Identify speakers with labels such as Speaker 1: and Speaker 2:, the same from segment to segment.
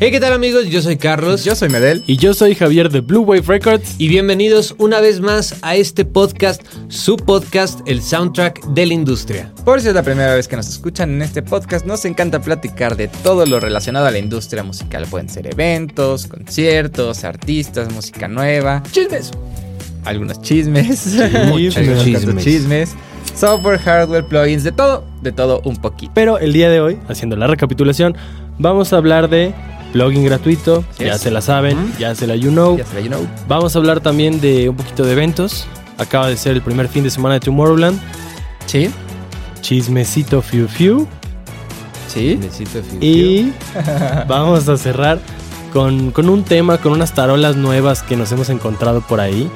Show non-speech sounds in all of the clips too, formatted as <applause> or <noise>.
Speaker 1: Hey, ¿qué tal amigos? Yo soy Carlos.
Speaker 2: Yo soy Medel.
Speaker 3: Y yo soy Javier de Blue Wave Records.
Speaker 1: Y bienvenidos una vez más a este podcast, su podcast, el soundtrack de la industria.
Speaker 2: Por si es la primera vez que nos escuchan en este podcast, nos encanta platicar de todo lo relacionado a la industria musical. Pueden ser eventos, conciertos, artistas, música nueva,
Speaker 1: ¡Chismes!
Speaker 2: algunos chismes, pues, <laughs>
Speaker 3: Chismes.
Speaker 2: algunos
Speaker 1: Chismes.
Speaker 2: cuantos chismes, software, hardware, plugins, de todo, de todo un poquito.
Speaker 3: Pero el día de hoy, haciendo la recapitulación, vamos a hablar de blogging gratuito.
Speaker 2: Así
Speaker 3: ya
Speaker 2: es.
Speaker 3: se la saben,
Speaker 1: Ujú.
Speaker 3: ya se la you know.
Speaker 2: Ya se la you know.
Speaker 3: Vamos a hablar también de un poquito de eventos. Acaba de ser el primer fin de semana de Tomorrowland.
Speaker 2: Sí,
Speaker 3: Chismecito Fiu Fiu.
Speaker 2: sí.
Speaker 1: Necesito
Speaker 3: Y <laughs> vamos a cerrar con, con un tema, con unas tarolas nuevas que nos hemos encontrado por ahí.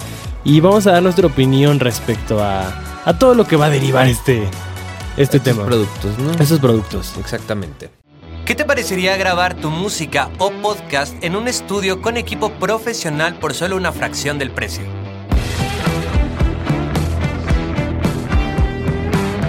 Speaker 3: Y vamos a dar nuestra opinión respecto a, a todo lo que va a derivar este, este tema.
Speaker 1: productos, ¿no?
Speaker 3: Esos productos.
Speaker 1: Exactamente. ¿Qué te parecería grabar tu música o podcast en un estudio con equipo profesional por solo una fracción del precio?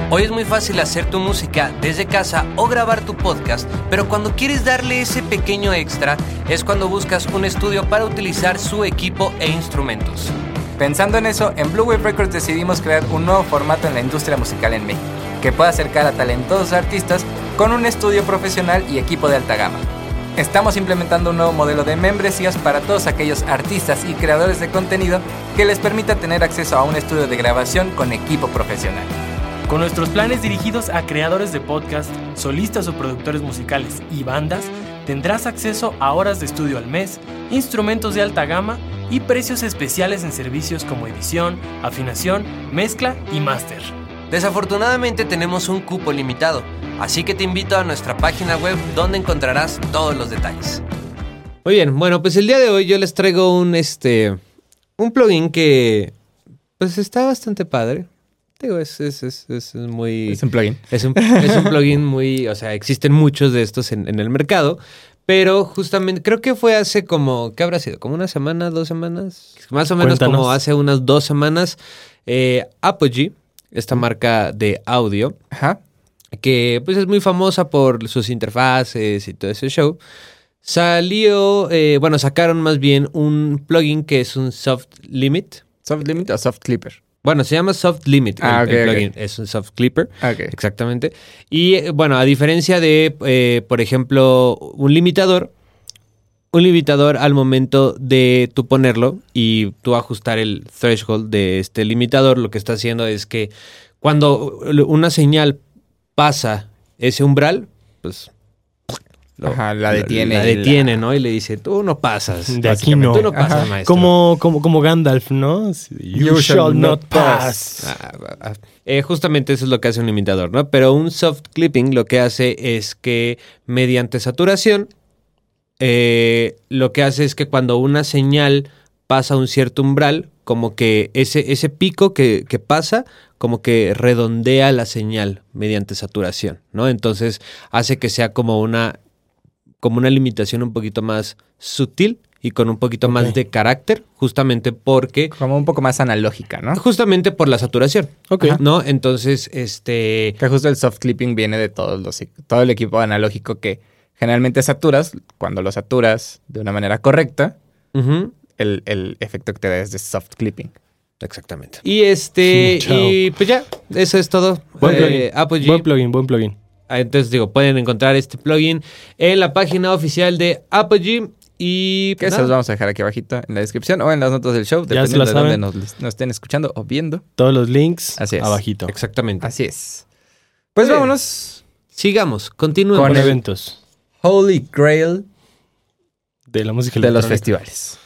Speaker 1: Hoy es muy fácil hacer tu música desde casa o grabar tu podcast, pero cuando quieres darle ese pequeño extra es cuando buscas un estudio para utilizar su equipo e instrumentos.
Speaker 4: Pensando en eso, en Blue Wave Records decidimos crear un nuevo formato en la industria musical en México, que pueda acercar a talentosos artistas con un estudio profesional y equipo de alta gama. Estamos implementando un nuevo modelo de membresías para todos aquellos artistas y creadores de contenido que les permita tener acceso a un estudio de grabación con equipo profesional.
Speaker 5: Con nuestros planes dirigidos a creadores de podcast, solistas o productores musicales y bandas, tendrás acceso a horas de estudio al mes, instrumentos de alta gama y precios especiales en servicios como edición, afinación, mezcla y máster.
Speaker 1: Desafortunadamente tenemos un cupo limitado, así que te invito a nuestra página web donde encontrarás todos los detalles. Muy bien, bueno, pues el día de hoy yo les traigo un este un plugin que pues está bastante padre. Digo, es, es, es, es muy
Speaker 2: Es un plugin.
Speaker 1: es un, es un plugin muy, o sea, existen muchos de estos en, en el mercado, pero justamente creo que fue hace como, ¿qué habrá sido? ¿Como una semana, dos semanas? Más o menos como
Speaker 3: Cuéntanos.
Speaker 1: hace unas dos semanas, eh, Apogee, esta marca de audio,
Speaker 2: Ajá.
Speaker 1: que pues es muy famosa por sus interfaces y todo ese show, salió, eh, bueno, sacaron más bien un plugin que es un soft limit.
Speaker 2: Soft Limit o Soft Clipper.
Speaker 1: Bueno, se llama Soft Limit. el-
Speaker 2: Ah,
Speaker 1: el
Speaker 2: ok, ok.
Speaker 1: plugin. Es un soft clipper.
Speaker 2: Ok.
Speaker 1: Exactamente. Y eh, bueno, a diferencia de, eh, por ejemplo, un limitador, un limitador al momento de tú ponerlo y tú ajustar el threshold de este limitador, lo que está haciendo es que cuando una señal pasa ese umbral, pues... lo-
Speaker 2: Ajá, la
Speaker 1: lo-
Speaker 2: detiene
Speaker 1: La
Speaker 2: y la-
Speaker 1: detiene, ¿no? Y le dice, tú no
Speaker 2: Pues,
Speaker 1: pasas.
Speaker 3: De aquí no.
Speaker 1: Tú no pasas,
Speaker 2: Ajá.
Speaker 1: maestro.
Speaker 3: Como, como, como Gandalf, ¿no? You, shall not pass.
Speaker 1: Ah, ah, ah. Eh, justamente eso es lo que hace un limitador, ¿no? Pero un soft clipping lo que hace es que mediante saturación, eh, lo que hace es que cuando una señal pasa un cierto umbral, como que ese, ese pico que, que pasa, como que redondea la señal mediante saturación, ¿no? Entonces hace que sea como una, como una limitación un poquito más sutil y con un poquito más
Speaker 3: Ok.
Speaker 1: de carácter, justamente porque
Speaker 2: Como un poco más analógica, ¿no?
Speaker 1: Justamente por la saturación.
Speaker 3: Ok.
Speaker 1: ¿No? Entonces, este.
Speaker 2: Que justo el soft clipping viene de todos los, todo el equipo analógico que generalmente saturas. Cuando lo saturas de una manera correcta,
Speaker 1: ujú,
Speaker 2: el, el efecto que te da es de soft clipping.
Speaker 1: Exactamente. Y este.
Speaker 3: Chao.
Speaker 1: Y pues ya, eso es todo.
Speaker 3: Buen
Speaker 1: Eh,
Speaker 3: plugin.
Speaker 2: ah, pues,
Speaker 1: Apogee.
Speaker 3: Buen plugin, buen plugin.
Speaker 1: Ah, Entonces, digo, pueden encontrar este plugin en la página oficial de Apogee. Y.
Speaker 2: Que
Speaker 1: pues,
Speaker 2: se los
Speaker 1: nada.
Speaker 2: vamos a dejar aquí abajito en la descripción o en las notas del show,
Speaker 3: Ya se
Speaker 2: dependiendo
Speaker 3: la
Speaker 2: de dónde
Speaker 3: saben.
Speaker 2: nos, nos estén escuchando o viendo.
Speaker 3: Todos los links
Speaker 2: Así es.
Speaker 3: abajito.
Speaker 1: Exactamente.
Speaker 2: Así es. Pues
Speaker 1: Muy bien.
Speaker 2: vámonos.
Speaker 1: Sigamos,
Speaker 3: Con,
Speaker 1: continuemos.
Speaker 2: Con el-
Speaker 3: eventos
Speaker 2: Holy Grail
Speaker 3: de la música
Speaker 2: de los
Speaker 3: electrónica.
Speaker 2: festivales.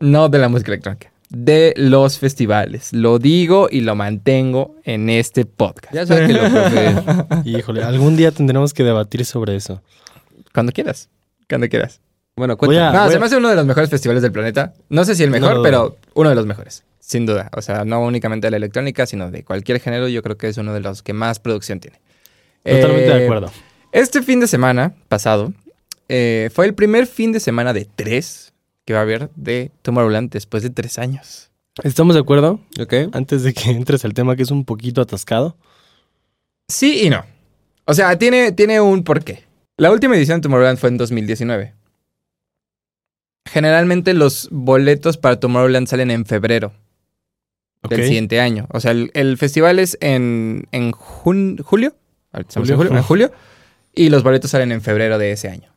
Speaker 2: No de la música electrónica. De los festivales. Lo digo y lo mantengo en este podcast.
Speaker 1: Ya sabes que lo profe.
Speaker 3: <laughs> Híjole, algún día tendremos que debatir sobre eso.
Speaker 2: Cuando quieras. Cuando quieras.
Speaker 1: Bueno,
Speaker 3: Voy
Speaker 1: cuéntame.
Speaker 3: a-
Speaker 2: No, se
Speaker 3: bueno.
Speaker 2: me hace uno de los mejores festivales del planeta. No sé si el mejor,
Speaker 3: No.
Speaker 2: pero uno de los mejores, sin duda. O sea, no únicamente de la electrónica, sino de cualquier género. Yo creo que es uno de los que más producción tiene.
Speaker 3: Totalmente
Speaker 2: Eh,
Speaker 3: de acuerdo.
Speaker 2: Este fin de semana pasado eh, fue el primer fin de semana de tres que va a haber de Tomorrowland después de tres años.
Speaker 3: ¿Estamos de acuerdo?
Speaker 1: Ok.
Speaker 3: Antes de que <laughs> entres al tema que es un poquito atascado.
Speaker 2: Sí y no. O sea, tiene, tiene un porqué. La última edición de Tomorrowland fue en 2019. Generalmente los boletos para Tomorrowland salen en febrero
Speaker 3: Ok.
Speaker 2: del siguiente año. O sea, el, el festival es en, en jun- julio. Ahorita estamos en
Speaker 3: Julio.
Speaker 2: julio, en julio. Y los boletos salen en febrero de ese año.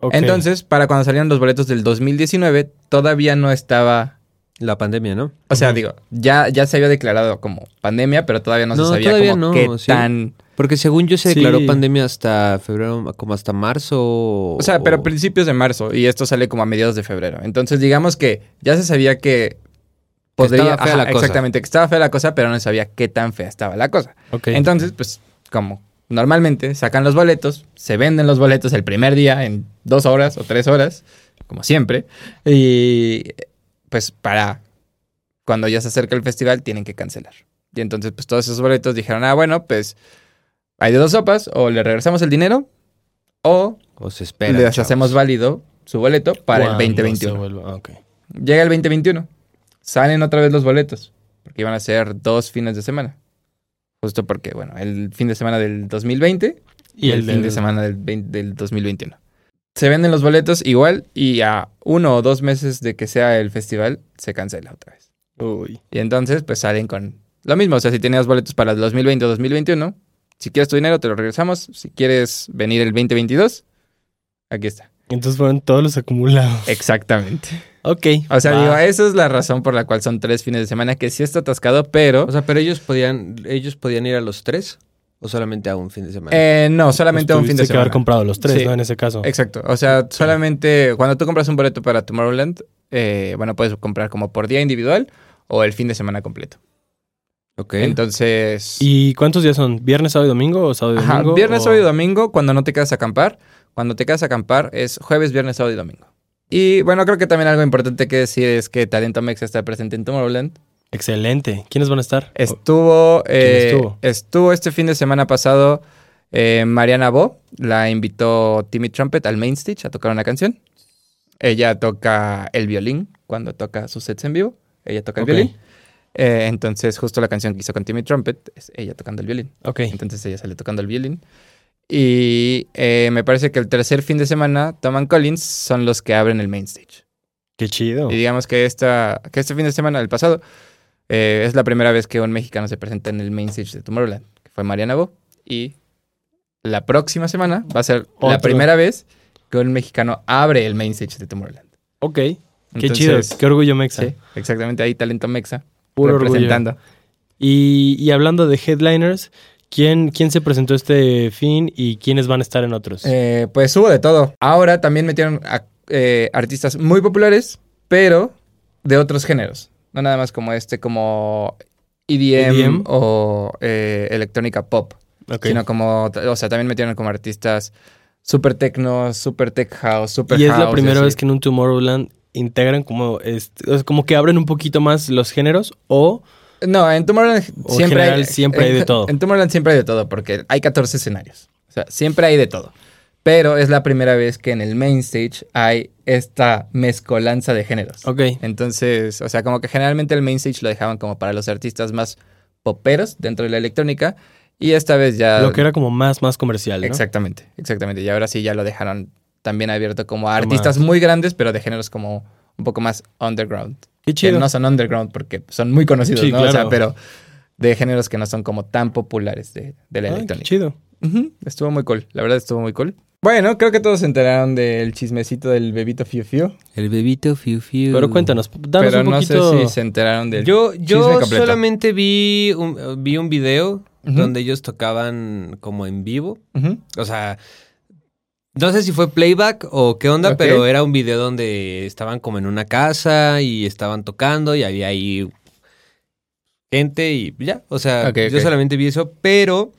Speaker 3: Ok.
Speaker 2: Entonces, para cuando salieron los boletos del 2019, todavía no estaba.
Speaker 1: La pandemia, ¿no?
Speaker 2: O sea, digo, ya, ya se había declarado como pandemia, pero todavía no,
Speaker 1: No,
Speaker 2: se sabía
Speaker 1: todavía
Speaker 2: como
Speaker 1: no,
Speaker 2: qué
Speaker 1: sí.
Speaker 2: tan.
Speaker 1: Porque según yo se
Speaker 3: Sí.
Speaker 1: declaró pandemia hasta febrero, como hasta marzo.
Speaker 2: O sea,
Speaker 1: Oh.
Speaker 2: pero principios de marzo y esto sale como a mediados de febrero. Entonces, digamos que ya se sabía que podría.
Speaker 1: estaba fea la cosa.
Speaker 2: Exactamente, que estaba fea la cosa, pero no se sabía qué tan fea estaba la cosa.
Speaker 3: Ok.
Speaker 2: Entonces, pues, como normalmente sacan los boletos, se venden los boletos el primer día en dos horas o tres horas, como siempre. Y pues para cuando ya se acerca el festival, tienen que cancelar. Y entonces, pues todos esos boletos dijeron, ah, bueno, pues hay de dos sopas, o le regresamos el dinero, o
Speaker 1: O se espera.
Speaker 2: les
Speaker 1: chavos.
Speaker 2: hacemos válido su boleto para
Speaker 3: Cuando
Speaker 2: el
Speaker 3: se
Speaker 2: 2021.
Speaker 3: vuelva- ok.
Speaker 2: Llega el 2021, salen otra vez los boletos, porque iban a ser dos fines de semana. Justo porque, bueno, el fin de semana del 2020 y, el, fin
Speaker 3: del-
Speaker 2: de semana del, 20 del 2021. Se venden los boletos igual y a uno o dos meses de que sea el festival se cancela otra vez.
Speaker 3: Uy.
Speaker 2: Y entonces pues salen con lo mismo. O sea, si tenías boletos para el 2020 o 2021, si quieres tu dinero te lo regresamos. Si quieres venir el 2022, aquí está.
Speaker 3: Entonces fueron todos los acumulados.
Speaker 2: Exactamente.
Speaker 3: Ok.
Speaker 2: O sea,
Speaker 3: va.
Speaker 2: digo, esa es la razón por la cual son tres fines de semana que sí está atascado, pero...
Speaker 1: O sea, pero ellos podían, ellos podían ir a los tres o solamente a un fin de semana.
Speaker 2: eh, no,
Speaker 3: Pues
Speaker 2: solamente un fin de
Speaker 3: tuviste que
Speaker 2: semana.
Speaker 3: haber comprado los tres,
Speaker 2: Sí.
Speaker 3: ¿no? En ese caso.
Speaker 2: Exacto. O sea, solamente cuando tú compras un boleto para Tomorrowland, eh, bueno, puedes comprar como por día individual o el fin de semana completo.
Speaker 1: ok.
Speaker 2: Entonces,
Speaker 3: ¿Y cuántos días son? ¿Viernes, sábado y domingo o sábado y
Speaker 2: ajá,
Speaker 3: domingo?
Speaker 2: viernes,
Speaker 3: o-
Speaker 2: sábado y domingo, cuando no te quedas a acampar. Cuando te quedas a acampar es jueves, viernes, sábado y domingo. Y bueno, creo que también algo importante que decir es que Talento Mex está presente en Tomorrowland.
Speaker 3: Excelente. ¿Quiénes van a estar?
Speaker 2: Estuvo, eh,
Speaker 3: estuvo?
Speaker 2: estuvo? este fin de semana pasado eh, Mariana Bo, la invitó Timmy Trumpet al main stage a tocar una canción. Ella toca el violín cuando toca sus sets en vivo. Ella toca el
Speaker 3: Ok.
Speaker 2: violín. Eh, entonces, justo la canción que hizo con Timmy Trumpet es ella tocando el violín.
Speaker 3: Ok.
Speaker 2: Entonces ella sale tocando el violín. Y eh, me parece que el tercer fin de semana, Tom and Collins son los que abren el main stage.
Speaker 3: Qué chido.
Speaker 2: Y digamos que, esta, que este fin de semana, el pasado, eh, es la primera vez que un mexicano se presenta en el main stage de Tomorrowland, que fue Mariana Bo. Y la próxima semana va a ser la
Speaker 3: Otro.
Speaker 2: primera vez que un mexicano abre el main stage de Tomorrowland.
Speaker 3: Ok. Qué chido.
Speaker 2: Entonces,
Speaker 3: Qué orgullo, Mexa.
Speaker 2: Sí, exactamente ahí, talento mexa.
Speaker 3: Puro orgullo.
Speaker 2: representando.
Speaker 3: Y, y hablando de headliners, ¿quién, ¿quién se presentó este fin y quiénes van a estar en otros?
Speaker 2: Eh, pues hubo de todo. Ahora también metieron a, eh, artistas muy populares, pero de otros géneros. No nada más como este, como EDM,
Speaker 3: EDM.
Speaker 2: o eh, electrónica pop.
Speaker 3: Ok.
Speaker 2: Sino como, o sea, también metieron como artistas super techno, super tech house, super
Speaker 3: y es la
Speaker 2: house,
Speaker 3: primera
Speaker 2: así.
Speaker 3: vez que en un Tomorrowland integran como, este- o sea, como que abren un poquito más los géneros o...
Speaker 2: No, en Tomorrowland
Speaker 3: O en
Speaker 2: siempre,
Speaker 3: general
Speaker 2: hay,
Speaker 3: siempre hay de
Speaker 2: en-
Speaker 3: todo.
Speaker 2: En Tomorrowland siempre hay de todo, porque hay 14 escenarios. O sea, siempre hay de todo. Pero es la primera vez que en el main stage hay esta mezcolanza de géneros.
Speaker 3: Ok.
Speaker 2: Entonces, o sea, como que generalmente el main stage lo dejaban como para los artistas más poperos dentro de la electrónica. Y esta vez ya.
Speaker 3: Lo que era como más, más comercial, ¿no?
Speaker 2: Exactamente, exactamente. Y ahora sí ya lo dejaron también abierto como a
Speaker 3: Lo
Speaker 2: artistas muy grandes, pero de géneros como un poco más underground que
Speaker 3: Qué chido.
Speaker 2: no son underground porque son muy conocidos,
Speaker 3: Sí,
Speaker 2: ¿no? O
Speaker 3: claro.
Speaker 2: sea, pero de géneros que no son como tan populares de, de la
Speaker 3: Ah, qué
Speaker 2: electrónica.
Speaker 3: chido.
Speaker 2: Ujú, Estuvo muy cool, la verdad estuvo muy cool. Bueno, creo que todos se enteraron del chismecito del bebito Fiu Fiu,
Speaker 1: El bebito fiu fiu.
Speaker 3: Pero cuéntanos, danos
Speaker 2: pero
Speaker 3: un
Speaker 2: no sé
Speaker 3: poquito...
Speaker 2: si se enteraron del
Speaker 1: Yo,
Speaker 2: chisme
Speaker 1: yo
Speaker 2: completo.
Speaker 1: solamente vi un, vi un video
Speaker 2: Ujú.
Speaker 1: donde ellos tocaban como en vivo.
Speaker 2: Ujú.
Speaker 1: O sea, no sé si fue playback o qué onda,
Speaker 2: Ok.
Speaker 1: pero era un video donde estaban como en una casa y estaban tocando y había ahí gente y ya. O sea,
Speaker 2: Ok,
Speaker 1: yo
Speaker 2: ok.
Speaker 1: solamente vi eso, pero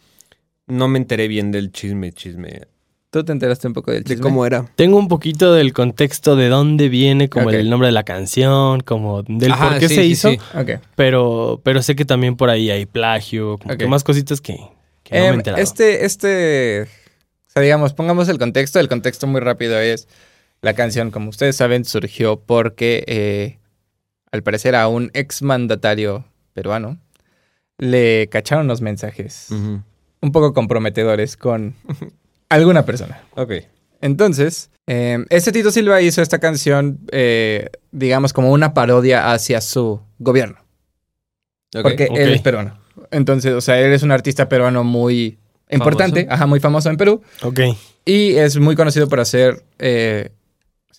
Speaker 1: no me enteré bien del chisme, chisme.
Speaker 2: Tú te enteraste un poco del chisme.
Speaker 1: De cómo era.
Speaker 3: Tengo un poquito del contexto de dónde viene, como
Speaker 2: Ok.
Speaker 3: el nombre de la canción, como del
Speaker 1: Ajá,
Speaker 3: por qué
Speaker 1: sí,
Speaker 3: se
Speaker 1: sí,
Speaker 3: hizo,
Speaker 1: sí.
Speaker 2: Ok.
Speaker 3: pero pero sé que también por ahí hay plagio, como que
Speaker 2: Ok.
Speaker 3: más cositas que, que no me he
Speaker 2: Em,
Speaker 3: enterado.
Speaker 2: este, este, o sea, digamos, pongamos el contexto. El contexto muy rápido es, la canción, como ustedes saben, surgió porque, eh, al parecer, a un exmandatario peruano le cacharon los
Speaker 3: <laughs>
Speaker 2: mensajes un poco comprometedores con alguna persona.
Speaker 1: Ok.
Speaker 2: Entonces, eh, este Tito Silva hizo esta canción, eh, digamos, como una parodia hacia su gobierno.
Speaker 1: Ok.
Speaker 2: Porque él
Speaker 3: Ok.
Speaker 2: es peruano. Entonces, o sea, él es un artista peruano muy importante, ajá, muy famoso en Perú.
Speaker 3: Ok.
Speaker 2: Y es muy conocido por hacer, eh,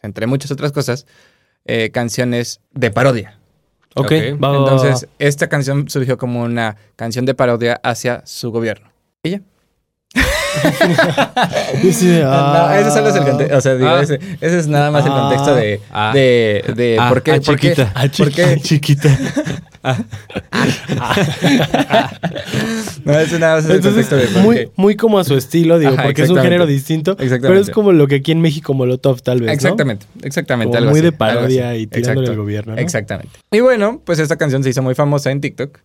Speaker 2: entre muchas otras cosas, eh, canciones de parodia.
Speaker 3: Ok.
Speaker 1: Ok.
Speaker 3: va, va, va, va.
Speaker 2: Entonces, esta canción surgió como una canción de parodia hacia su gobierno. Y ya. <laughs>
Speaker 3: Y sí, ah.
Speaker 2: No, ese solo es el contexto. O sea, digo,
Speaker 1: Ah.
Speaker 2: ese, ese es nada más el
Speaker 3: Ah.
Speaker 2: contexto de,
Speaker 1: Ah.
Speaker 2: de, de
Speaker 1: Ah,
Speaker 2: por qué.
Speaker 1: ah,
Speaker 2: por qué-
Speaker 1: chiquita.
Speaker 3: Ah,
Speaker 2: por qué-
Speaker 3: chiquita.
Speaker 2: <laughs>
Speaker 3: chiquita.
Speaker 2: No, ese nada más es el
Speaker 3: Entonces,
Speaker 2: contexto de por
Speaker 3: muy, pues,
Speaker 2: qué.
Speaker 3: muy como a su estilo, digo,
Speaker 2: Ajá,
Speaker 3: porque es un
Speaker 2: exactamente.
Speaker 3: género distinto. Pero es
Speaker 2: Exactamente.
Speaker 3: como lo que aquí en México Molotov, tal vez. ¿no?
Speaker 2: Exactamente, exactamente. algo
Speaker 3: Como muy
Speaker 2: así,
Speaker 3: de
Speaker 2: algo
Speaker 3: parodia
Speaker 2: así.
Speaker 3: y tirándole
Speaker 2: Exacto,
Speaker 3: al gobierno, ¿no?
Speaker 2: Exactamente. Y bueno, pues esta canción se hizo muy famosa en TikTok.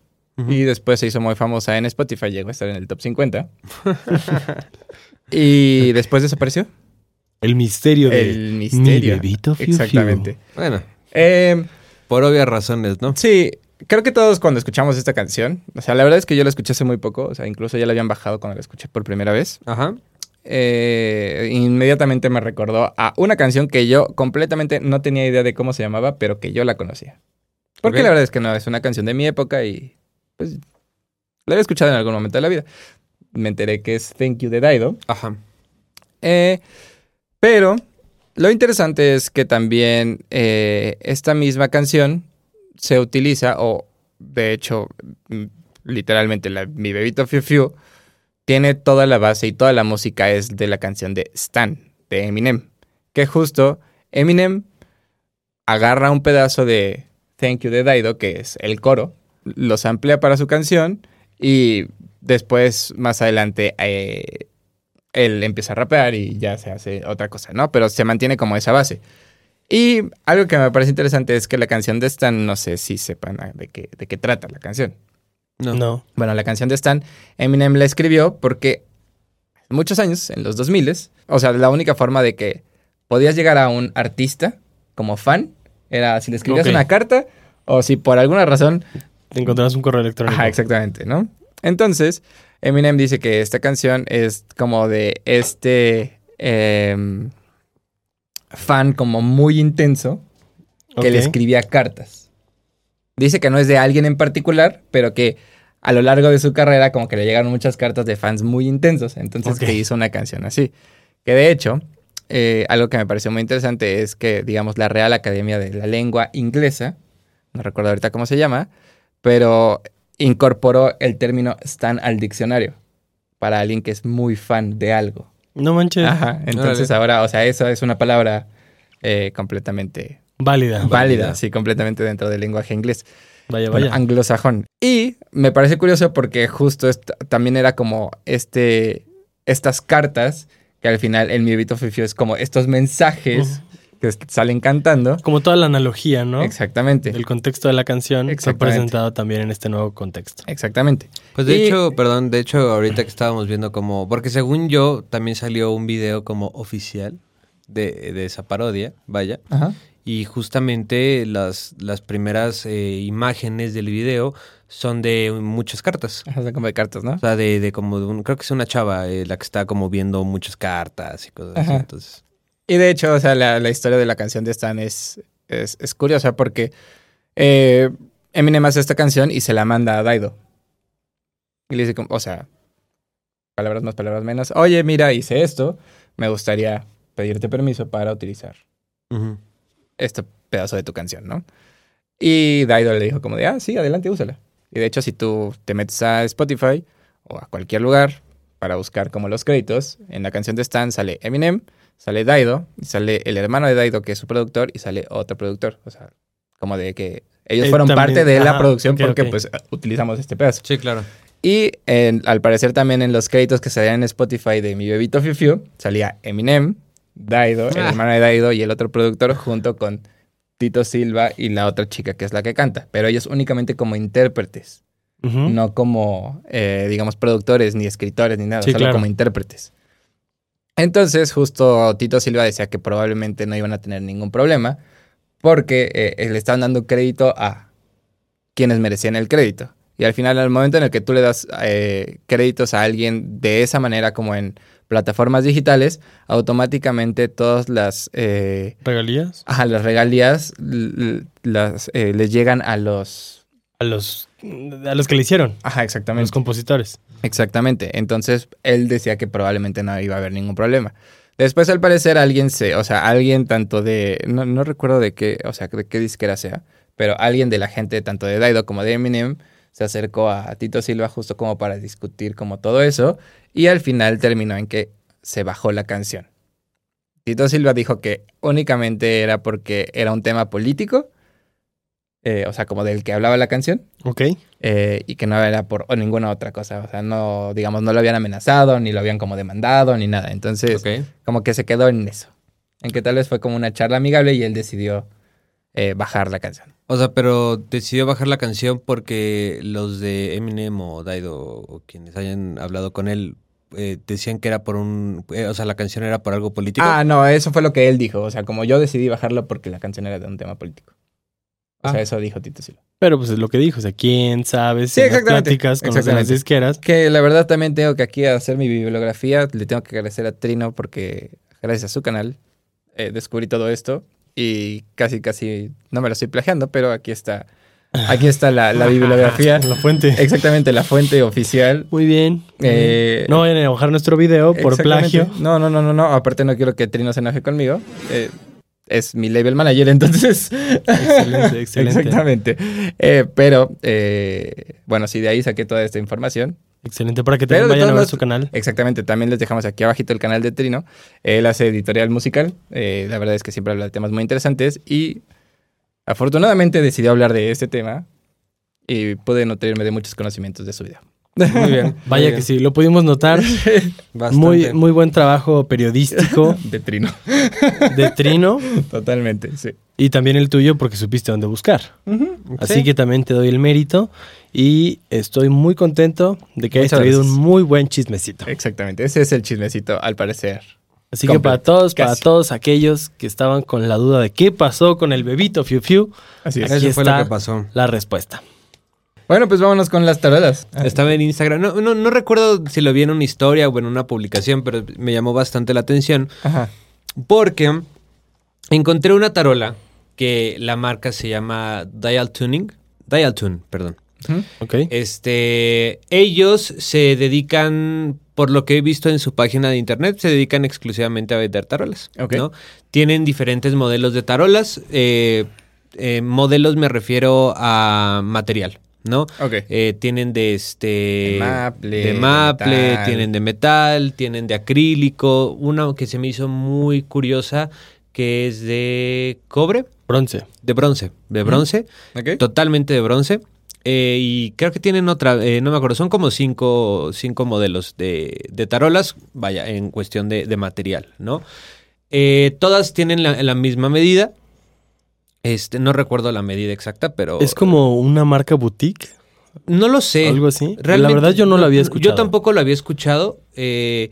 Speaker 2: Y después se hizo muy famosa en Spotify. Llegó a estar en el top
Speaker 3: <laughs>
Speaker 2: 50. y después desapareció.
Speaker 3: El misterio de.
Speaker 2: El misterio.
Speaker 3: Mi bebito fiu, fiu.
Speaker 2: Exactamente.
Speaker 1: Bueno,
Speaker 2: Eh,
Speaker 1: por obvias razones, ¿no?
Speaker 2: Sí, creo que todos cuando escuchamos esta canción, o sea, la verdad es que yo la escuché hace muy poco, o sea, incluso ya la habían bajado cuando la escuché por primera vez.
Speaker 1: Ajá.
Speaker 2: Eh, inmediatamente me recordó a una canción que yo completamente no tenía idea de cómo se llamaba, pero que yo la conocía. Porque
Speaker 1: Ok.
Speaker 2: la verdad es que no, es una canción de mi época y pues la había escuchado en algún momento de la vida. Me enteré que es Thank You de Daido.
Speaker 1: Ajá.
Speaker 2: Eh, pero lo interesante es que también eh, esta misma canción se utiliza, o de hecho, mm, literalmente la- mi bebito Fiu Fiu tiene toda la base y toda la música es de la canción de Stan, de Eminem. Que justo Eminem agarra un pedazo de Thank You de Daido, que es el coro, los amplía para su canción y después, más adelante, eh, él empieza a rapear y ya se hace otra cosa, ¿no? Pero se mantiene como esa base. Y algo que me parece interesante es que la canción de Stan, no sé si sepan ah, de qué, de qué trata la canción.
Speaker 1: No.
Speaker 3: No.
Speaker 2: Bueno, la canción de Stan, Eminem la escribió porque hace muchos años, en los 2000, o sea, la única forma de que podías llegar a un artista como fan era si le escribías
Speaker 3: Ok.
Speaker 2: una carta o si por alguna razón
Speaker 3: Te encontrarás un correo electrónico.
Speaker 2: Ajá, exactamente, ¿no? Entonces, Eminem dice que esta canción es como de este em, fan como muy intenso que le
Speaker 3: Ok.
Speaker 2: escribía cartas. Dice que no es de alguien en particular, pero que a lo largo de su carrera como que le llegaron muchas cartas de fans muy intensos, entonces
Speaker 3: Ok.
Speaker 2: que hizo una canción así. Que de hecho, eh, algo que me pareció muy interesante es que, digamos, la Real Academia de la Lengua Inglesa, no recuerdo ahorita cómo se llama, pero incorporó el término Stan al diccionario para alguien que es muy fan de algo.
Speaker 3: No manches.
Speaker 2: Ajá, entonces ahora, o sea, eso es una palabra eh, completamente
Speaker 3: Válida.
Speaker 2: válida, sí, completamente dentro del lenguaje inglés.
Speaker 3: Vaya,
Speaker 2: Bueno,
Speaker 3: vaya.
Speaker 2: anglosajón. Y me parece curioso porque justo est- también era como este, estas cartas que al final el mi bebito Fifio es como estos mensajes que s- salen cantando.
Speaker 3: Como toda la analogía, ¿no?
Speaker 2: Exactamente.
Speaker 3: El contexto de la canción está
Speaker 2: Exactamente.
Speaker 3: presentado también en este nuevo contexto.
Speaker 2: Exactamente.
Speaker 1: Pues de
Speaker 2: Y-
Speaker 1: hecho, perdón, de hecho, ahorita que estábamos viendo como. Porque según yo, también salió un video como oficial de, de esa parodia, vaya.
Speaker 2: Ajá.
Speaker 1: Y justamente las, las primeras eh, imágenes del video son de muchas cartas.
Speaker 2: Ajá, son como de cartas, ¿no?
Speaker 1: O sea, de, de como de un, creo que es una chava eh, la que está como viendo muchas cartas y cosas así.
Speaker 2: Ajá.
Speaker 1: Entonces,
Speaker 2: Y de hecho, o sea, la, la historia de la canción de Stan es, es, es curiosa porque eh, Eminem hace esta canción y se la manda a Daido. Y le dice, como, o sea, palabras más, palabras menos. Oye, mira, hice esto. Me gustaría pedirte permiso para utilizar
Speaker 1: ujú.
Speaker 2: este pedazo de tu canción, ¿no? Y Daido le dijo como de, ah, sí, adelante, úsala. Y de hecho, si tú te metes a Spotify o a cualquier lugar para buscar como los créditos, en la canción de Stan sale Eminem, sale Daido, y sale el hermano de Daido, que es su productor, y sale otro productor. O sea, como de que ellos
Speaker 3: Él
Speaker 2: fueron
Speaker 3: Eh, también-
Speaker 2: parte de la
Speaker 3: ajá,
Speaker 2: producción
Speaker 3: ok,
Speaker 2: porque
Speaker 3: ok.
Speaker 2: pues utilizamos este pedazo.
Speaker 1: Sí, claro.
Speaker 2: Y en- al parecer también en los créditos que salían en Spotify de Mi Bebito Fiu Fiu, salía Eminem, Daido, el
Speaker 1: Ah.
Speaker 2: hermano de Daido y el otro productor junto con Tito Silva y la otra chica que es la que canta. Pero ellos únicamente como intérpretes,
Speaker 3: Ujú.
Speaker 2: no como, eh, digamos, productores, ni escritores, ni nada,
Speaker 3: Sí,
Speaker 2: solo
Speaker 3: claro.
Speaker 2: como intérpretes. Entonces, justo Tito Silva decía que probablemente no iban a tener ningún problema porque eh, le estaban dando crédito a quienes merecían el crédito. Y al final, al momento en el que tú le das eh, créditos a alguien de esa manera, como en plataformas digitales, automáticamente todas las, eh,
Speaker 3: ¿Regalías?
Speaker 2: ajá, las regalías l- l- las, eh, les llegan a los...
Speaker 3: A los, a los que le hicieron,
Speaker 2: Ajá,
Speaker 3: a los
Speaker 2: exactamente.
Speaker 3: compositores.
Speaker 2: Exactamente. Entonces, él decía que probablemente no iba a haber ningún problema. Después, al parecer, alguien se, o sea, alguien tanto de, no, no recuerdo de qué, o sea, de qué disquera sea, pero alguien de la gente tanto de Daido como de Eminem se acercó a Tito Silva justo como para discutir como todo eso y al final terminó en que se bajó la canción. Tito Silva dijo que únicamente era porque era un tema político, eh, o sea, como del que hablaba la canción,
Speaker 3: Ok.
Speaker 2: eh, y que no era por o ninguna otra cosa. O sea, no, digamos, no lo habían amenazado, ni lo habían como demandado, ni nada. Entonces,
Speaker 1: Ok.
Speaker 2: como que se quedó en eso. En que tal vez fue como una charla amigable y él decidió eh, bajar la canción.
Speaker 1: O sea, pero decidió bajar la canción porque los de Eminem o Daido o quienes hayan hablado con él eh, decían que era por un... eh, o sea, la canción era por algo político.
Speaker 2: Ah, no, eso fue lo que él dijo. O sea, como yo decidí bajarlo porque la canción era de un tema político. O sea,
Speaker 1: Ah.
Speaker 2: eso dijo Tito Silva.
Speaker 3: Pero pues es lo que dijo, o sea, quién sabe si
Speaker 2: Sí,
Speaker 3: en las
Speaker 2: exactamente,
Speaker 3: pláticas con los de las
Speaker 2: exactamente.
Speaker 3: disqueras.
Speaker 2: Que la verdad también tengo que aquí hacer mi bibliografía. Le tengo que agradecer a Trino porque gracias a su canal eh, descubrí todo esto y casi, casi no me lo estoy plagiando, pero aquí está. Aquí está la,
Speaker 3: <laughs>
Speaker 2: la bibliografía.
Speaker 3: La fuente.
Speaker 2: Exactamente, la fuente oficial.
Speaker 3: Muy bien.
Speaker 2: Eh,
Speaker 3: Mm. no vayan a bajar nuestro video por
Speaker 2: exactamente.
Speaker 3: plagio.
Speaker 2: No, no, no, no, no. Aparte no quiero que Trino se enoje conmigo. Eh, es mi label manager, entonces. <laughs>
Speaker 3: Excelente, excelente.
Speaker 2: Exactamente. Eh, pero, eh, bueno, sí, de ahí saqué toda esta información.
Speaker 3: Excelente, para que
Speaker 2: Pero
Speaker 3: también
Speaker 2: de
Speaker 3: vayan a
Speaker 2: todas
Speaker 3: ver
Speaker 2: maneras-
Speaker 3: su canal.
Speaker 2: Exactamente, también les dejamos aquí abajito el canal de Trino. Él hace editorial musical, eh, la verdad es que siempre habla de temas muy interesantes y afortunadamente decidió hablar de este tema y pude nutrirme de muchos conocimientos de su vida.
Speaker 1: Muy <laughs> bien.
Speaker 3: Vaya que sí, lo pudimos notar. Muy, muy buen trabajo periodístico
Speaker 2: De Trino, <laughs>
Speaker 3: de Trino
Speaker 2: totalmente, sí.
Speaker 3: y también el tuyo porque supiste dónde buscar. Así que también te doy el mérito y estoy muy contento de que hayas
Speaker 2: Muchas
Speaker 3: traído un
Speaker 2: gracias. Eh,
Speaker 3: muy buen chismecito.
Speaker 2: Exactamente, ese es el chismecito, al parecer.
Speaker 3: Así que
Speaker 2: Completo,
Speaker 3: para todos, para
Speaker 2: casi.
Speaker 3: todos aquellos que estaban con la duda de qué pasó con el bebito Fiu Fiu,
Speaker 2: Así
Speaker 3: es.
Speaker 2: es.
Speaker 3: aquí
Speaker 1: Eso fue lo
Speaker 3: está.
Speaker 1: que pasó.
Speaker 3: la respuesta.
Speaker 2: Bueno, pues vámonos con las tarolas.
Speaker 1: Estaba en Instagram. No, no, no recuerdo si lo vi en una historia o en una publicación, pero me llamó bastante la atención
Speaker 2: Ajá.
Speaker 1: porque encontré una tarola que la marca se llama Dial Tuning. Dial Tune, perdón.
Speaker 2: Ujú.
Speaker 3: ¿Ok?
Speaker 1: Este, ellos se dedican, por lo que he visto en su página de internet, se dedican exclusivamente a vender tarolas.
Speaker 2: Ok.
Speaker 1: ¿no? Tienen diferentes modelos de tarolas. eh, eh, modelos me refiero a material, ¿no?
Speaker 2: Ok.
Speaker 1: Eh, tienen de este
Speaker 2: De maple,
Speaker 1: de
Speaker 2: de
Speaker 1: maple,
Speaker 2: metal.
Speaker 1: tienen de metal, tienen de acrílico, una que se me hizo muy curiosa que es de cobre,
Speaker 3: Bronce.
Speaker 1: de bronce, de bronce,
Speaker 2: Ok.
Speaker 1: totalmente de bronce. Eh, y creo que tienen otra, eh, no me acuerdo, son como cinco, cinco modelos de, de tarolas, vaya, en cuestión de, de material, ¿no? Eh, todas tienen la, la misma medida. Este, no recuerdo la medida exacta, pero.
Speaker 3: Es como una marca boutique,
Speaker 1: No lo sé.
Speaker 3: algo así.
Speaker 1: Realmente,
Speaker 3: la verdad yo no, la había escuchado.
Speaker 1: Yo tampoco lo había escuchado. eh,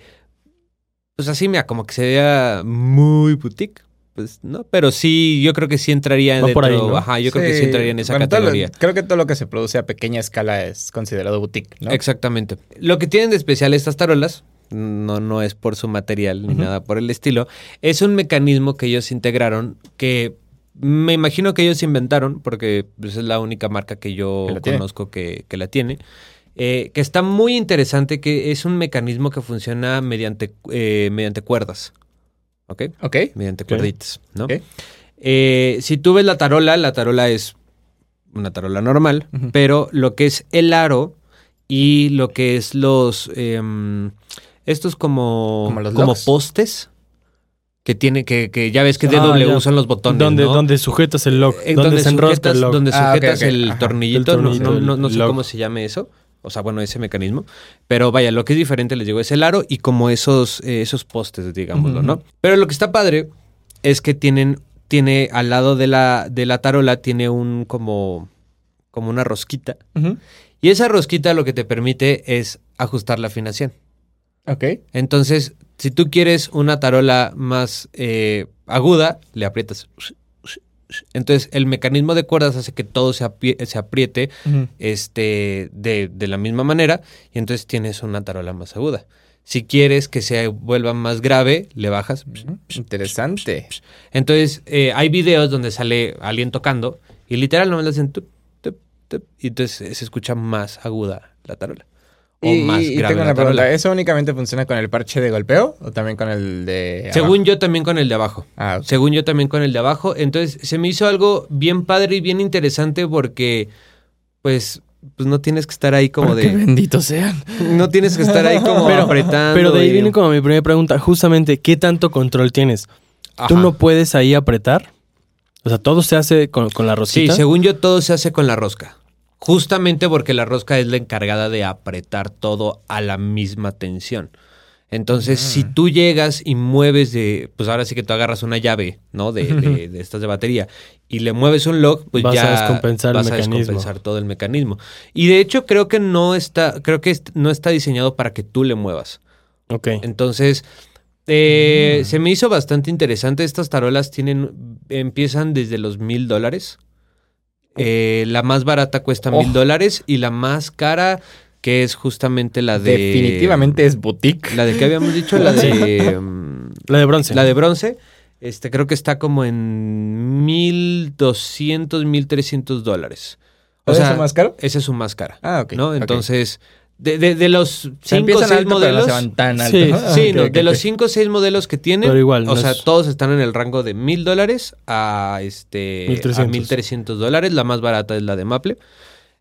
Speaker 1: pues así, mira, como que se vea muy boutique. Pues no, pero sí, yo creo que sí entraría
Speaker 3: Va
Speaker 1: dentro.
Speaker 3: por ahí, ¿no?
Speaker 1: Ajá, yo creo que sí
Speaker 2: Sí,
Speaker 1: entraría en esa
Speaker 2: bueno, todo lo-
Speaker 1: categoría.
Speaker 2: creo que todo lo que se produce a pequeña escala es considerado boutique, ¿no?
Speaker 1: Exactamente. Lo que tienen de especial estas tarolas, no, no es por su material ni nada por el estilo, es un mecanismo que ellos integraron que me imagino que ellos inventaron, porque pues, es la única marca que yo
Speaker 2: Que la tiene.
Speaker 1: conozco que, que la tiene. eh, que está muy interesante, que es un mecanismo que funciona mediante, eh, mediante cuerdas. ¿Ok?
Speaker 2: Ok.
Speaker 1: mediante
Speaker 3: Ok.
Speaker 1: cuerditas, ¿no?
Speaker 2: Ok.
Speaker 1: Eh, si tú ves la tarola, la tarola es una tarola normal,
Speaker 2: Ujú.
Speaker 1: pero lo que es el aro y lo que es los em, estos como
Speaker 2: Como los locks.
Speaker 1: postes que tiene que, que ya ves que
Speaker 3: Ah,
Speaker 1: DW
Speaker 3: ya.
Speaker 1: son los botones,
Speaker 3: donde,
Speaker 1: ¿no?
Speaker 3: donde sujetas el lock,
Speaker 1: Eh,
Speaker 3: donde, se enrosca
Speaker 1: sujetas,
Speaker 3: el lock.
Speaker 1: donde
Speaker 2: Ah, ok,
Speaker 1: sujetas
Speaker 2: ok.
Speaker 1: el
Speaker 2: Ajá.
Speaker 1: tornillito,
Speaker 3: El
Speaker 1: no-
Speaker 3: tornillo,
Speaker 1: no, no- no sé
Speaker 3: el
Speaker 1: cómo
Speaker 3: lock.
Speaker 1: se llame eso. O sea, bueno, ese mecanismo. Pero vaya, lo que es diferente, les digo, es el aro y como esos, eh, esos postes, digámoslo, ¿no? Pero lo que está padre es que tienen, tiene al lado de la, de la tarola, tiene un como, como una rosquita.
Speaker 2: Ujú.
Speaker 1: Y esa rosquita lo que te permite es ajustar la afinación.
Speaker 2: Ok.
Speaker 1: Entonces, si tú quieres una tarola más eh, aguda, le aprietas. Entonces, el mecanismo de cuerdas hace que todo se, apie- se apriete este, de, de la misma manera y entonces tienes una tarola más aguda. Si quieres que se vuelva más grave, le bajas.
Speaker 2: Interesante.
Speaker 1: Entonces, eh, hay videos donde sale alguien tocando y literal nomás le hacen tup, tup, tup, y entonces se escucha más aguda la tarola. O
Speaker 2: Y,
Speaker 1: más
Speaker 2: y
Speaker 1: grave
Speaker 2: tengo
Speaker 1: la
Speaker 2: una pregunta,
Speaker 1: tarola.
Speaker 2: ¿eso únicamente funciona con el parche de golpeo o también con el de...
Speaker 1: Según
Speaker 2: abajo?
Speaker 1: yo, también con el de abajo.
Speaker 2: Ah, ok.
Speaker 1: Según yo también con el de abajo. Entonces se me hizo algo bien padre y bien interesante porque, pues, pues no tienes que estar ahí como
Speaker 2: Porque
Speaker 1: de...
Speaker 2: benditos sean.
Speaker 1: No tienes que estar ahí como
Speaker 3: <laughs> Pero-
Speaker 1: apretando.
Speaker 3: Pero de ahí
Speaker 1: y-
Speaker 3: viene como mi primera pregunta, justamente, ¿qué tanto control tienes? ¿Tú
Speaker 1: Ajá.
Speaker 3: no puedes ahí apretar? O sea, todo se hace con, con la
Speaker 1: Sí,
Speaker 3: rosita.
Speaker 1: según yo todo se hace con la rosca. Justamente porque la rosca es la encargada de apretar todo a la misma tensión. Entonces, si
Speaker 3: Mm.
Speaker 1: tú llegas y mueves de, pues ahora sí que tú agarras una llave, ¿no? De,
Speaker 3: <laughs>
Speaker 1: de- de estas de batería y le mueves un lock, pues
Speaker 3: Vas a
Speaker 1: ya
Speaker 3: descompensar el
Speaker 1: vas a
Speaker 3: mecanismo.
Speaker 1: descompensar todo el mecanismo. Y de hecho creo que no está, creo que est- no está diseñado para que tú le muevas.
Speaker 3: Ok.
Speaker 1: Entonces, eh, se
Speaker 2: Mm.
Speaker 1: me hizo bastante interesante. Estas tarolas tienen, empiezan desde los mil dólares. Eh, la más barata cuesta
Speaker 2: Oh.
Speaker 1: mil dólares y la más cara, que es justamente la de...
Speaker 2: Definitivamente es boutique.
Speaker 1: La de que habíamos dicho, la de... mm,
Speaker 3: La de bronce.
Speaker 1: La de bronce. Este, creo que está como en 1200, 1300 dólares.
Speaker 2: ¿Es eso más caro?
Speaker 1: Esa es su más cara.
Speaker 2: Ah, ok,
Speaker 1: ¿no?
Speaker 2: ok.
Speaker 1: Entonces, de, de- de los
Speaker 2: Se
Speaker 1: 5 o
Speaker 2: empiezan
Speaker 1: 6
Speaker 2: alto, pero no
Speaker 1: modelos.
Speaker 2: se van tan alto. <laughs>
Speaker 3: Sí,
Speaker 2: Ah,
Speaker 1: Sí,
Speaker 2: ok,
Speaker 1: no,
Speaker 2: ok,
Speaker 1: de
Speaker 2: ok.
Speaker 1: los 5 o 6 modelos que tienen,
Speaker 3: Pero igual,
Speaker 1: o
Speaker 3: no
Speaker 1: sea,
Speaker 3: es-
Speaker 1: todos están en el rango de mil dólares a este
Speaker 3: 1300.
Speaker 1: a 1300 dólares, la más barata es la de Maple.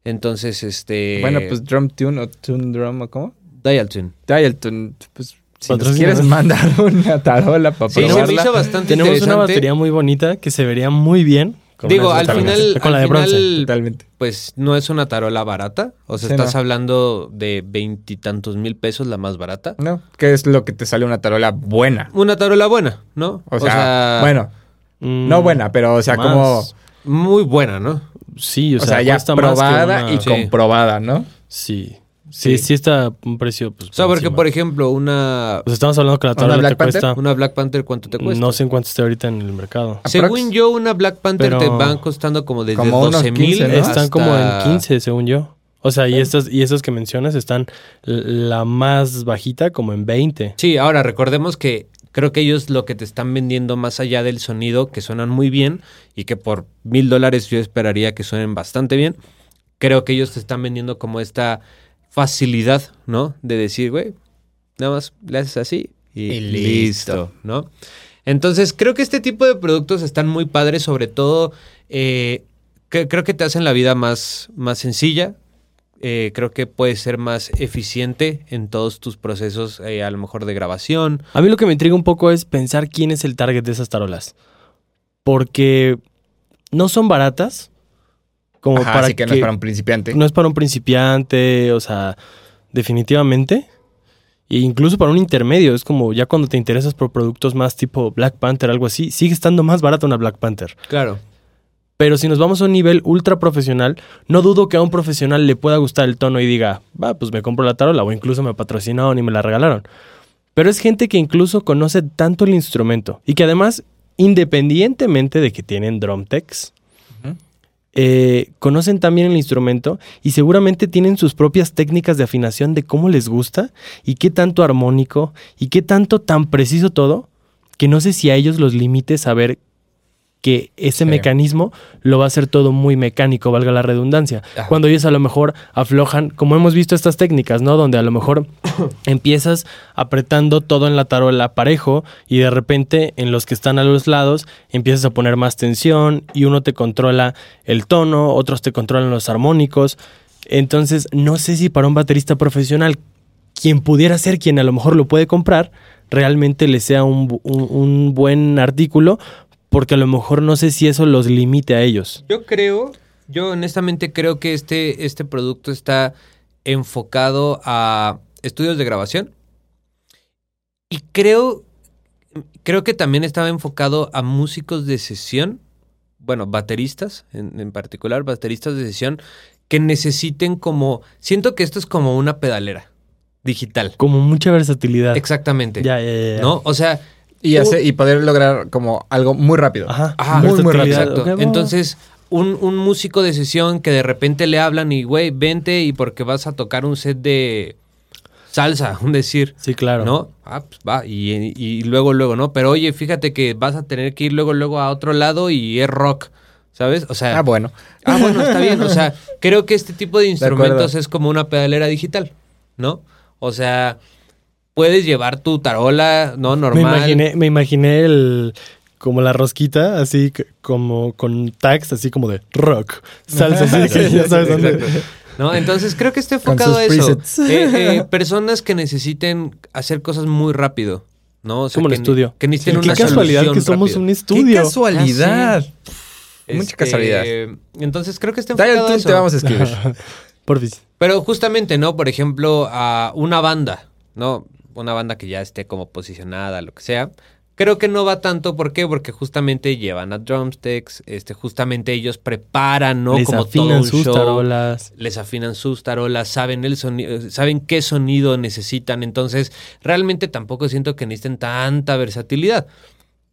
Speaker 1: Entonces, este
Speaker 2: Bueno, pues drum tune o tune drum o cómo.
Speaker 1: Dial Tune.
Speaker 2: Dial tune, pues si nos
Speaker 3: Patrocínanos.
Speaker 2: quieres mandar <laughs> una tarola para
Speaker 1: Sí, se me
Speaker 2: probarla.
Speaker 1: hizo bastante
Speaker 3: Tenemos una
Speaker 1: interesante.
Speaker 3: batería muy bonita que se vería muy bien. con
Speaker 1: Digo,
Speaker 3: una de
Speaker 1: al
Speaker 3: esas tarolas.
Speaker 1: final,
Speaker 3: Con la
Speaker 1: al
Speaker 3: de bronce.
Speaker 1: final,
Speaker 2: Totalmente.
Speaker 1: pues no es una tarola barata, o sea,
Speaker 2: Sí,
Speaker 1: estás
Speaker 2: no.
Speaker 1: hablando de veintitantos mil pesos la más barata.
Speaker 2: No, ¿qué es lo que te sale una tarola buena?
Speaker 1: Una tarola buena, ¿no?
Speaker 2: O sea, bueno,
Speaker 3: Mm,
Speaker 2: no buena, pero o sea,
Speaker 3: más.
Speaker 2: como
Speaker 1: muy buena, ¿no?
Speaker 3: Sí,
Speaker 2: o
Speaker 3: o sea,
Speaker 2: sea, ya
Speaker 3: cuesta más que
Speaker 2: probada
Speaker 3: una-
Speaker 2: y
Speaker 1: Sí.
Speaker 2: comprobada, ¿no?
Speaker 3: Sí. Sí, sí, está a un precio. Pues,
Speaker 1: O sea, porque
Speaker 3: encima.
Speaker 1: por ejemplo, una
Speaker 3: Pues estamos hablando que la
Speaker 2: ¿Una
Speaker 3: tarola te
Speaker 2: Black Panther?
Speaker 3: cuesta.
Speaker 1: una Black Panther ¿cuánto te cuesta?
Speaker 3: No sé en cuánto esté ahorita en el mercado.
Speaker 2: Aprox.
Speaker 1: Según yo, una Black Panther
Speaker 3: Pero-
Speaker 1: te van costando como desde
Speaker 2: Como unos
Speaker 1: 12 mil.
Speaker 2: 15, ¿no?
Speaker 3: Están como en 15, según yo. O sea, y estas y esas que mencionas están l- la más bajita como en 20.
Speaker 1: Sí, ahora recordemos que creo que ellos lo que te están vendiendo más allá del sonido, que suenan muy bien y que por mil dólares yo esperaría que suenen bastante bien, creo que ellos te están vendiendo como esta facilidad, ¿no? De decir, güey, nada más le haces así y,
Speaker 2: Y listo.
Speaker 1: listo, ¿no? Entonces, creo que este tipo de productos están muy padres, sobre todo, eh, cre- creo que te hacen la vida más, más sencilla. eh, creo que puedes ser más eficiente en todos tus procesos, eh, a lo mejor de grabación.
Speaker 3: A mí lo que me intriga un poco es pensar quién es el target de esas tarolas. Porque no son baratas. Como
Speaker 2: Ajá,
Speaker 3: para
Speaker 2: así que, no es para un principiante.
Speaker 3: no es para un principiante, o sea, definitivamente. E incluso para un intermedio, es como ya cuando te interesas por productos más tipo Black Panther, algo así, sigue estando más barata una Black Panther.
Speaker 1: Claro.
Speaker 3: Pero si nos vamos a un nivel ultra profesional, no dudo que a un profesional le pueda gustar el tono y diga, va, pues me compro la tarola o incluso me patrocinaron y me la regalaron. Pero es gente que incluso conoce tanto el instrumento y que además, independientemente de que tienen drum techs,
Speaker 2: Ujú.
Speaker 3: eh, conocen también el instrumento y seguramente tienen sus propias técnicas de afinación de cómo les gusta y qué tanto armónico y qué tanto tan preciso todo que no sé si a ellos los limite saber que ese
Speaker 2: Sí.
Speaker 3: mecanismo lo va a hacer todo muy mecánico, valga la redundancia.
Speaker 1: Ajá.
Speaker 3: Cuando ellos a lo mejor aflojan, como hemos visto estas técnicas, ¿no? Donde a lo mejor empiezas apretando todo en la tarola parejo y de repente en los que están a los lados empiezas a poner más tensión y uno te controla el tono, otros te controlan los armónicos. Entonces, no sé si para un baterista profesional, quien pudiera ser quien a lo mejor lo puede comprar, realmente le sea un, bu- un- un buen artículo, porque a lo mejor no sé si eso los limite a ellos.
Speaker 1: Yo creo, yo honestamente creo que este, este producto está enfocado a estudios de grabación. Y creo, creo que también estaba enfocado a músicos de sesión, bueno, bateristas en, en particular, bateristas de sesión, que necesiten como, siento que esto es como una pedalera digital.
Speaker 3: Como mucha versatilidad.
Speaker 1: Exactamente.
Speaker 3: Ya, ya, ya, ya.
Speaker 1: ¿No? O sea,
Speaker 2: Y,
Speaker 1: Uh.
Speaker 2: hace- y poder lograr como algo muy rápido. Ah,
Speaker 3: Ajá.
Speaker 1: Ajá,
Speaker 2: muy, muy rápido.
Speaker 3: Versatilidad.
Speaker 1: Exacto.
Speaker 3: Ok, va, va, va.
Speaker 1: Entonces, un, un músico de sesión que de repente le hablan y, güey, vente y porque vas a tocar un set de salsa, <laughs> un decir.
Speaker 3: Sí, claro.
Speaker 1: ¿No? Ah, pues va. Y, y luego, luego, ¿no? Pero oye, fíjate que vas a tener que ir luego, luego a otro lado y es rock. ¿Sabes? O sea.
Speaker 2: Ah,
Speaker 3: <laughs>
Speaker 2: bueno.
Speaker 1: <laughs> Ah, bueno, está bien. O sea, creo que este tipo de instrumentos
Speaker 2: acuerdo.
Speaker 1: es como una pedalera digital, ¿no? O sea, puedes llevar tu tarola, ¿no?
Speaker 3: Me
Speaker 1: Normal.
Speaker 3: imaginé, me imaginé el como la rosquita, así c- como con tags, así como de rock, salsa, así de
Speaker 1: <laughs>
Speaker 3: que ya sabes dónde.
Speaker 1: ¿no? Entonces creo que está
Speaker 2: Con
Speaker 1: enfocado
Speaker 2: sus
Speaker 1: a eso.
Speaker 2: presets.
Speaker 1: Eh, eh, personas que necesiten hacer cosas muy rápido, ¿no? O sea,
Speaker 3: Como el
Speaker 1: que ni-
Speaker 3: estudio.
Speaker 1: Que necesiten
Speaker 3: Qué
Speaker 1: una
Speaker 3: casualidad
Speaker 1: solución
Speaker 3: que somos
Speaker 1: rápida.
Speaker 3: un estudio. Ah,
Speaker 2: ¡Qué casualidad! Mucha
Speaker 1: Este,
Speaker 2: casualidad.
Speaker 1: Entonces creo que está enfocado
Speaker 2: Dale
Speaker 1: a
Speaker 2: tú,
Speaker 1: eso.
Speaker 2: te vamos a escribir.
Speaker 3: <laughs> Porfis.
Speaker 1: Pero justamente, ¿no? Por ejemplo, a una banda, ¿no? Una banda que ya esté como posicionada, lo que sea. Creo que no va tanto, ¿por qué? Porque justamente llevan a drumsticks, este, justamente ellos preparan, ¿no?
Speaker 3: Les
Speaker 1: como todo
Speaker 3: afinan
Speaker 1: un
Speaker 3: sus
Speaker 1: show.
Speaker 3: tarolas.
Speaker 1: Les afinan sus tarolas, saben el sonido, saben qué sonido necesitan. Entonces, realmente tampoco siento que necesiten tanta versatilidad.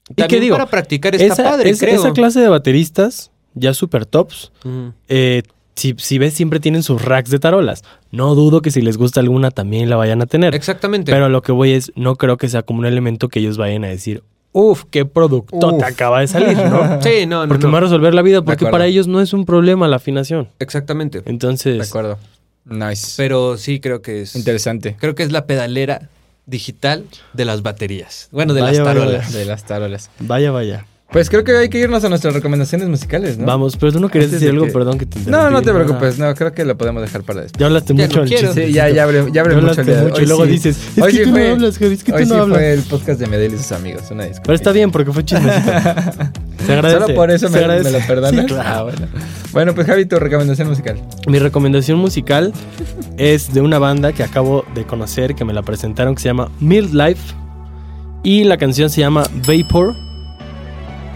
Speaker 3: qué
Speaker 1: También
Speaker 3: digo?
Speaker 1: para practicar está
Speaker 3: esa,
Speaker 1: padre,
Speaker 3: es-
Speaker 1: creo.
Speaker 3: esa clase de bateristas, ya super tops,
Speaker 1: Mm.
Speaker 3: eh, si, si ves, siempre tienen sus racks de tarolas. No dudo que si les gusta alguna también la vayan a tener.
Speaker 1: Exactamente.
Speaker 3: Pero a lo que voy es, no creo que sea como un elemento que ellos vayan a decir, uff, qué producto te
Speaker 2: Uf.
Speaker 3: acaba de
Speaker 2: <laughs>
Speaker 3: salir, ¿no?
Speaker 1: sí, no, no,
Speaker 3: Porque
Speaker 1: no.
Speaker 3: me va a resolver la vida, porque
Speaker 2: acuerdo.
Speaker 3: para ellos no es un problema la afinación.
Speaker 1: Exactamente.
Speaker 2: De
Speaker 3: Entonces,
Speaker 2: acuerdo. Nice.
Speaker 1: Pero sí creo que es.
Speaker 2: Interesante.
Speaker 1: Creo que es la pedalera digital de las baterías. Bueno, de
Speaker 3: Vaya,
Speaker 1: las
Speaker 3: vaya,
Speaker 1: tarolas.
Speaker 2: De las tarolas.
Speaker 3: vaya, vaya.
Speaker 2: Pues creo que hay que irnos a nuestras recomendaciones musicales, ¿no?
Speaker 3: Vamos, Ah. pero tú no querías
Speaker 2: Antes
Speaker 3: decir
Speaker 2: de
Speaker 3: algo,
Speaker 2: que-
Speaker 3: perdón que te
Speaker 2: No, no
Speaker 3: interrumpí.
Speaker 2: te preocupes. No, creo que lo podemos dejar para después.
Speaker 3: Ya hablaste
Speaker 1: Ya
Speaker 3: mucho
Speaker 1: no
Speaker 3: al
Speaker 1: quiero.
Speaker 3: chiste.
Speaker 2: Sí, ya, ya hablé, ya hablé
Speaker 3: Ya
Speaker 2: mucho el día de
Speaker 3: hablaste
Speaker 2: hoy.
Speaker 3: mucho y luego
Speaker 2: sí.
Speaker 3: dices, es
Speaker 2: Hoy
Speaker 3: que
Speaker 2: sí
Speaker 3: tú no
Speaker 2: fue-
Speaker 3: hablas, Javi, es que
Speaker 2: hoy
Speaker 3: tú no
Speaker 2: sí
Speaker 3: hablas.
Speaker 2: fue el podcast de Medel y sus amigos. Una disculpa.
Speaker 3: Pero está bien, porque
Speaker 2: <laughs>
Speaker 3: fue chismecito. Se agradece.
Speaker 2: Solo por eso
Speaker 3: se
Speaker 2: me,
Speaker 3: agradece.
Speaker 2: me lo perdonas.
Speaker 3: Sí, claro.
Speaker 2: Ah, bueno. Bueno, pues Javi, tu recomendación musical.
Speaker 3: Mi recomendación musical es de una banda que acabo de conocer, que me la presentaron, que se llama Midlife. Y la canción se llama Vapor.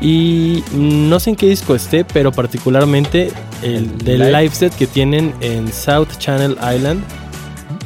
Speaker 3: Y no sé en qué disco esté, pero particularmente el del
Speaker 2: Live.
Speaker 3: live set que tienen en South Channel Island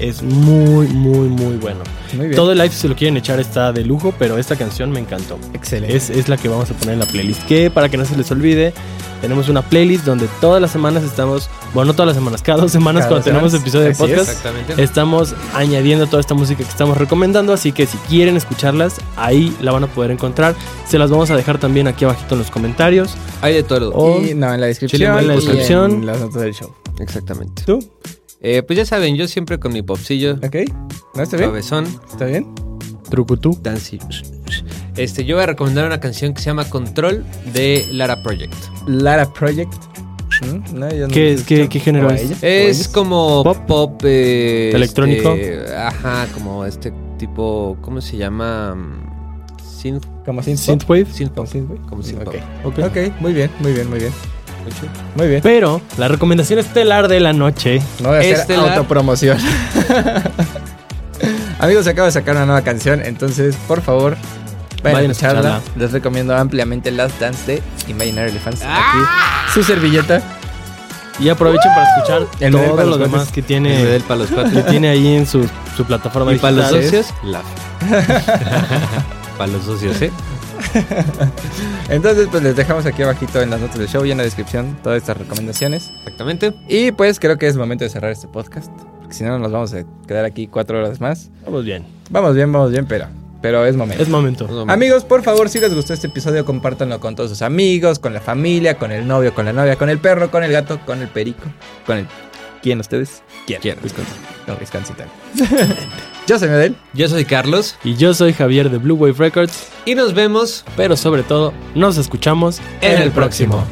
Speaker 3: es muy, muy, muy bueno.
Speaker 2: Muy bien.
Speaker 3: Todo el live, si lo quieren echar, está de lujo, pero esta canción me encantó.
Speaker 2: excelente.
Speaker 3: Es, es la que vamos a poner en la playlist. Que para que no se les olvide, tenemos una playlist donde todas las semanas estamos, bueno, no todas las semanas, cada dos semanas
Speaker 2: Cada
Speaker 3: cuando
Speaker 2: dos semanas.
Speaker 3: tenemos episodio de
Speaker 2: Así es.
Speaker 3: podcast,
Speaker 1: Exactamente.
Speaker 3: estamos añadiendo toda esta música que estamos recomendando. Así que si quieren escucharlas, ahí la van a poder encontrar. Se las vamos a dejar también aquí abajito en los comentarios.
Speaker 1: Hay de todo.
Speaker 3: O,
Speaker 2: Y no, en la descripción.
Speaker 3: Chile, en la
Speaker 2: y
Speaker 3: descripción.
Speaker 2: en las notas del show.
Speaker 1: Exactamente.
Speaker 3: ¿Tú?
Speaker 1: Eh, pues ya saben, yo siempre con mi popsillo,
Speaker 2: ¿Ok? ¿No está bien?
Speaker 1: cabezón,
Speaker 2: ¿Está bien?
Speaker 3: Trucutú.
Speaker 1: dancy. Este, yo voy a recomendar una canción que se llama Control de Lara Project.
Speaker 2: Lara Project. ¿Mm? No, yo no lo
Speaker 3: ¿Qué es? ¿Qué-
Speaker 2: escucho.
Speaker 3: qué género
Speaker 2: ¿O a
Speaker 3: es?
Speaker 2: ella? ¿O a
Speaker 1: Es
Speaker 2: ellos?
Speaker 1: como
Speaker 3: Pop.
Speaker 1: pop, eh,
Speaker 3: Electrónico.
Speaker 1: este, ajá, como este tipo, ¿cómo se llama? Mm, Synth,
Speaker 2: ¿Como synth pop?
Speaker 3: Synthwave.
Speaker 1: synth
Speaker 2: ¿Como
Speaker 1: pop.
Speaker 2: synth wave?
Speaker 1: Como synth
Speaker 2: Ok.
Speaker 1: pop.
Speaker 3: Ok.
Speaker 2: Ok, muy bien, muy bien, muy bien. Muy bien.
Speaker 3: Pero la recomendación estelar de la noche.
Speaker 2: No voy a hacer
Speaker 1: Estelar.
Speaker 2: autopromoción. Amigos, acabo de sacar una nueva canción, entonces por favor, vayan,
Speaker 3: Vayan a
Speaker 2: a escucharla.
Speaker 3: escucharla.
Speaker 2: Les recomiendo ampliamente Last Dance de Imaginary Elephants. Aquí su servilleta.
Speaker 3: Y aprovechen para escuchar
Speaker 2: El nivel
Speaker 3: todo
Speaker 2: para
Speaker 3: lo
Speaker 2: los
Speaker 3: demás
Speaker 2: cuates.
Speaker 3: que
Speaker 1: El
Speaker 3: tiene,
Speaker 1: nivel para los
Speaker 3: que <laughs>
Speaker 1: cuatro.
Speaker 3: tiene ahí en su, su plataforma
Speaker 1: Y para los
Speaker 3: digital.
Speaker 1: socios,
Speaker 3: <laughs>
Speaker 1: la. para los socios, ¿eh?
Speaker 2: Entonces, pues les dejamos aquí abajito en las notas del show y en la descripción todas estas recomendaciones.
Speaker 1: Exactamente.
Speaker 2: Y pues creo que es momento de cerrar este podcast, porque si no nos vamos a quedar aquí cuatro horas más.
Speaker 3: Vamos bien.
Speaker 2: Vamos bien, vamos bien, pero, pero es momento.
Speaker 3: Es momento.
Speaker 2: Amigos, por favor, si les gustó este episodio, compártanlo con todos sus amigos, con la familia, con el novio, con la novia, con el perro, con el gato, con el perico, con el... ¿Quién ustedes? ¿Quién?
Speaker 1: Quiero.
Speaker 2: No, Wisconsin. <laughs> Yo soy Medel.
Speaker 1: Yo soy Carlos
Speaker 3: Y yo soy Javier de Blue Wave Records,
Speaker 1: y nos vemos
Speaker 3: pero sobre todo nos escuchamos
Speaker 1: en el próximo.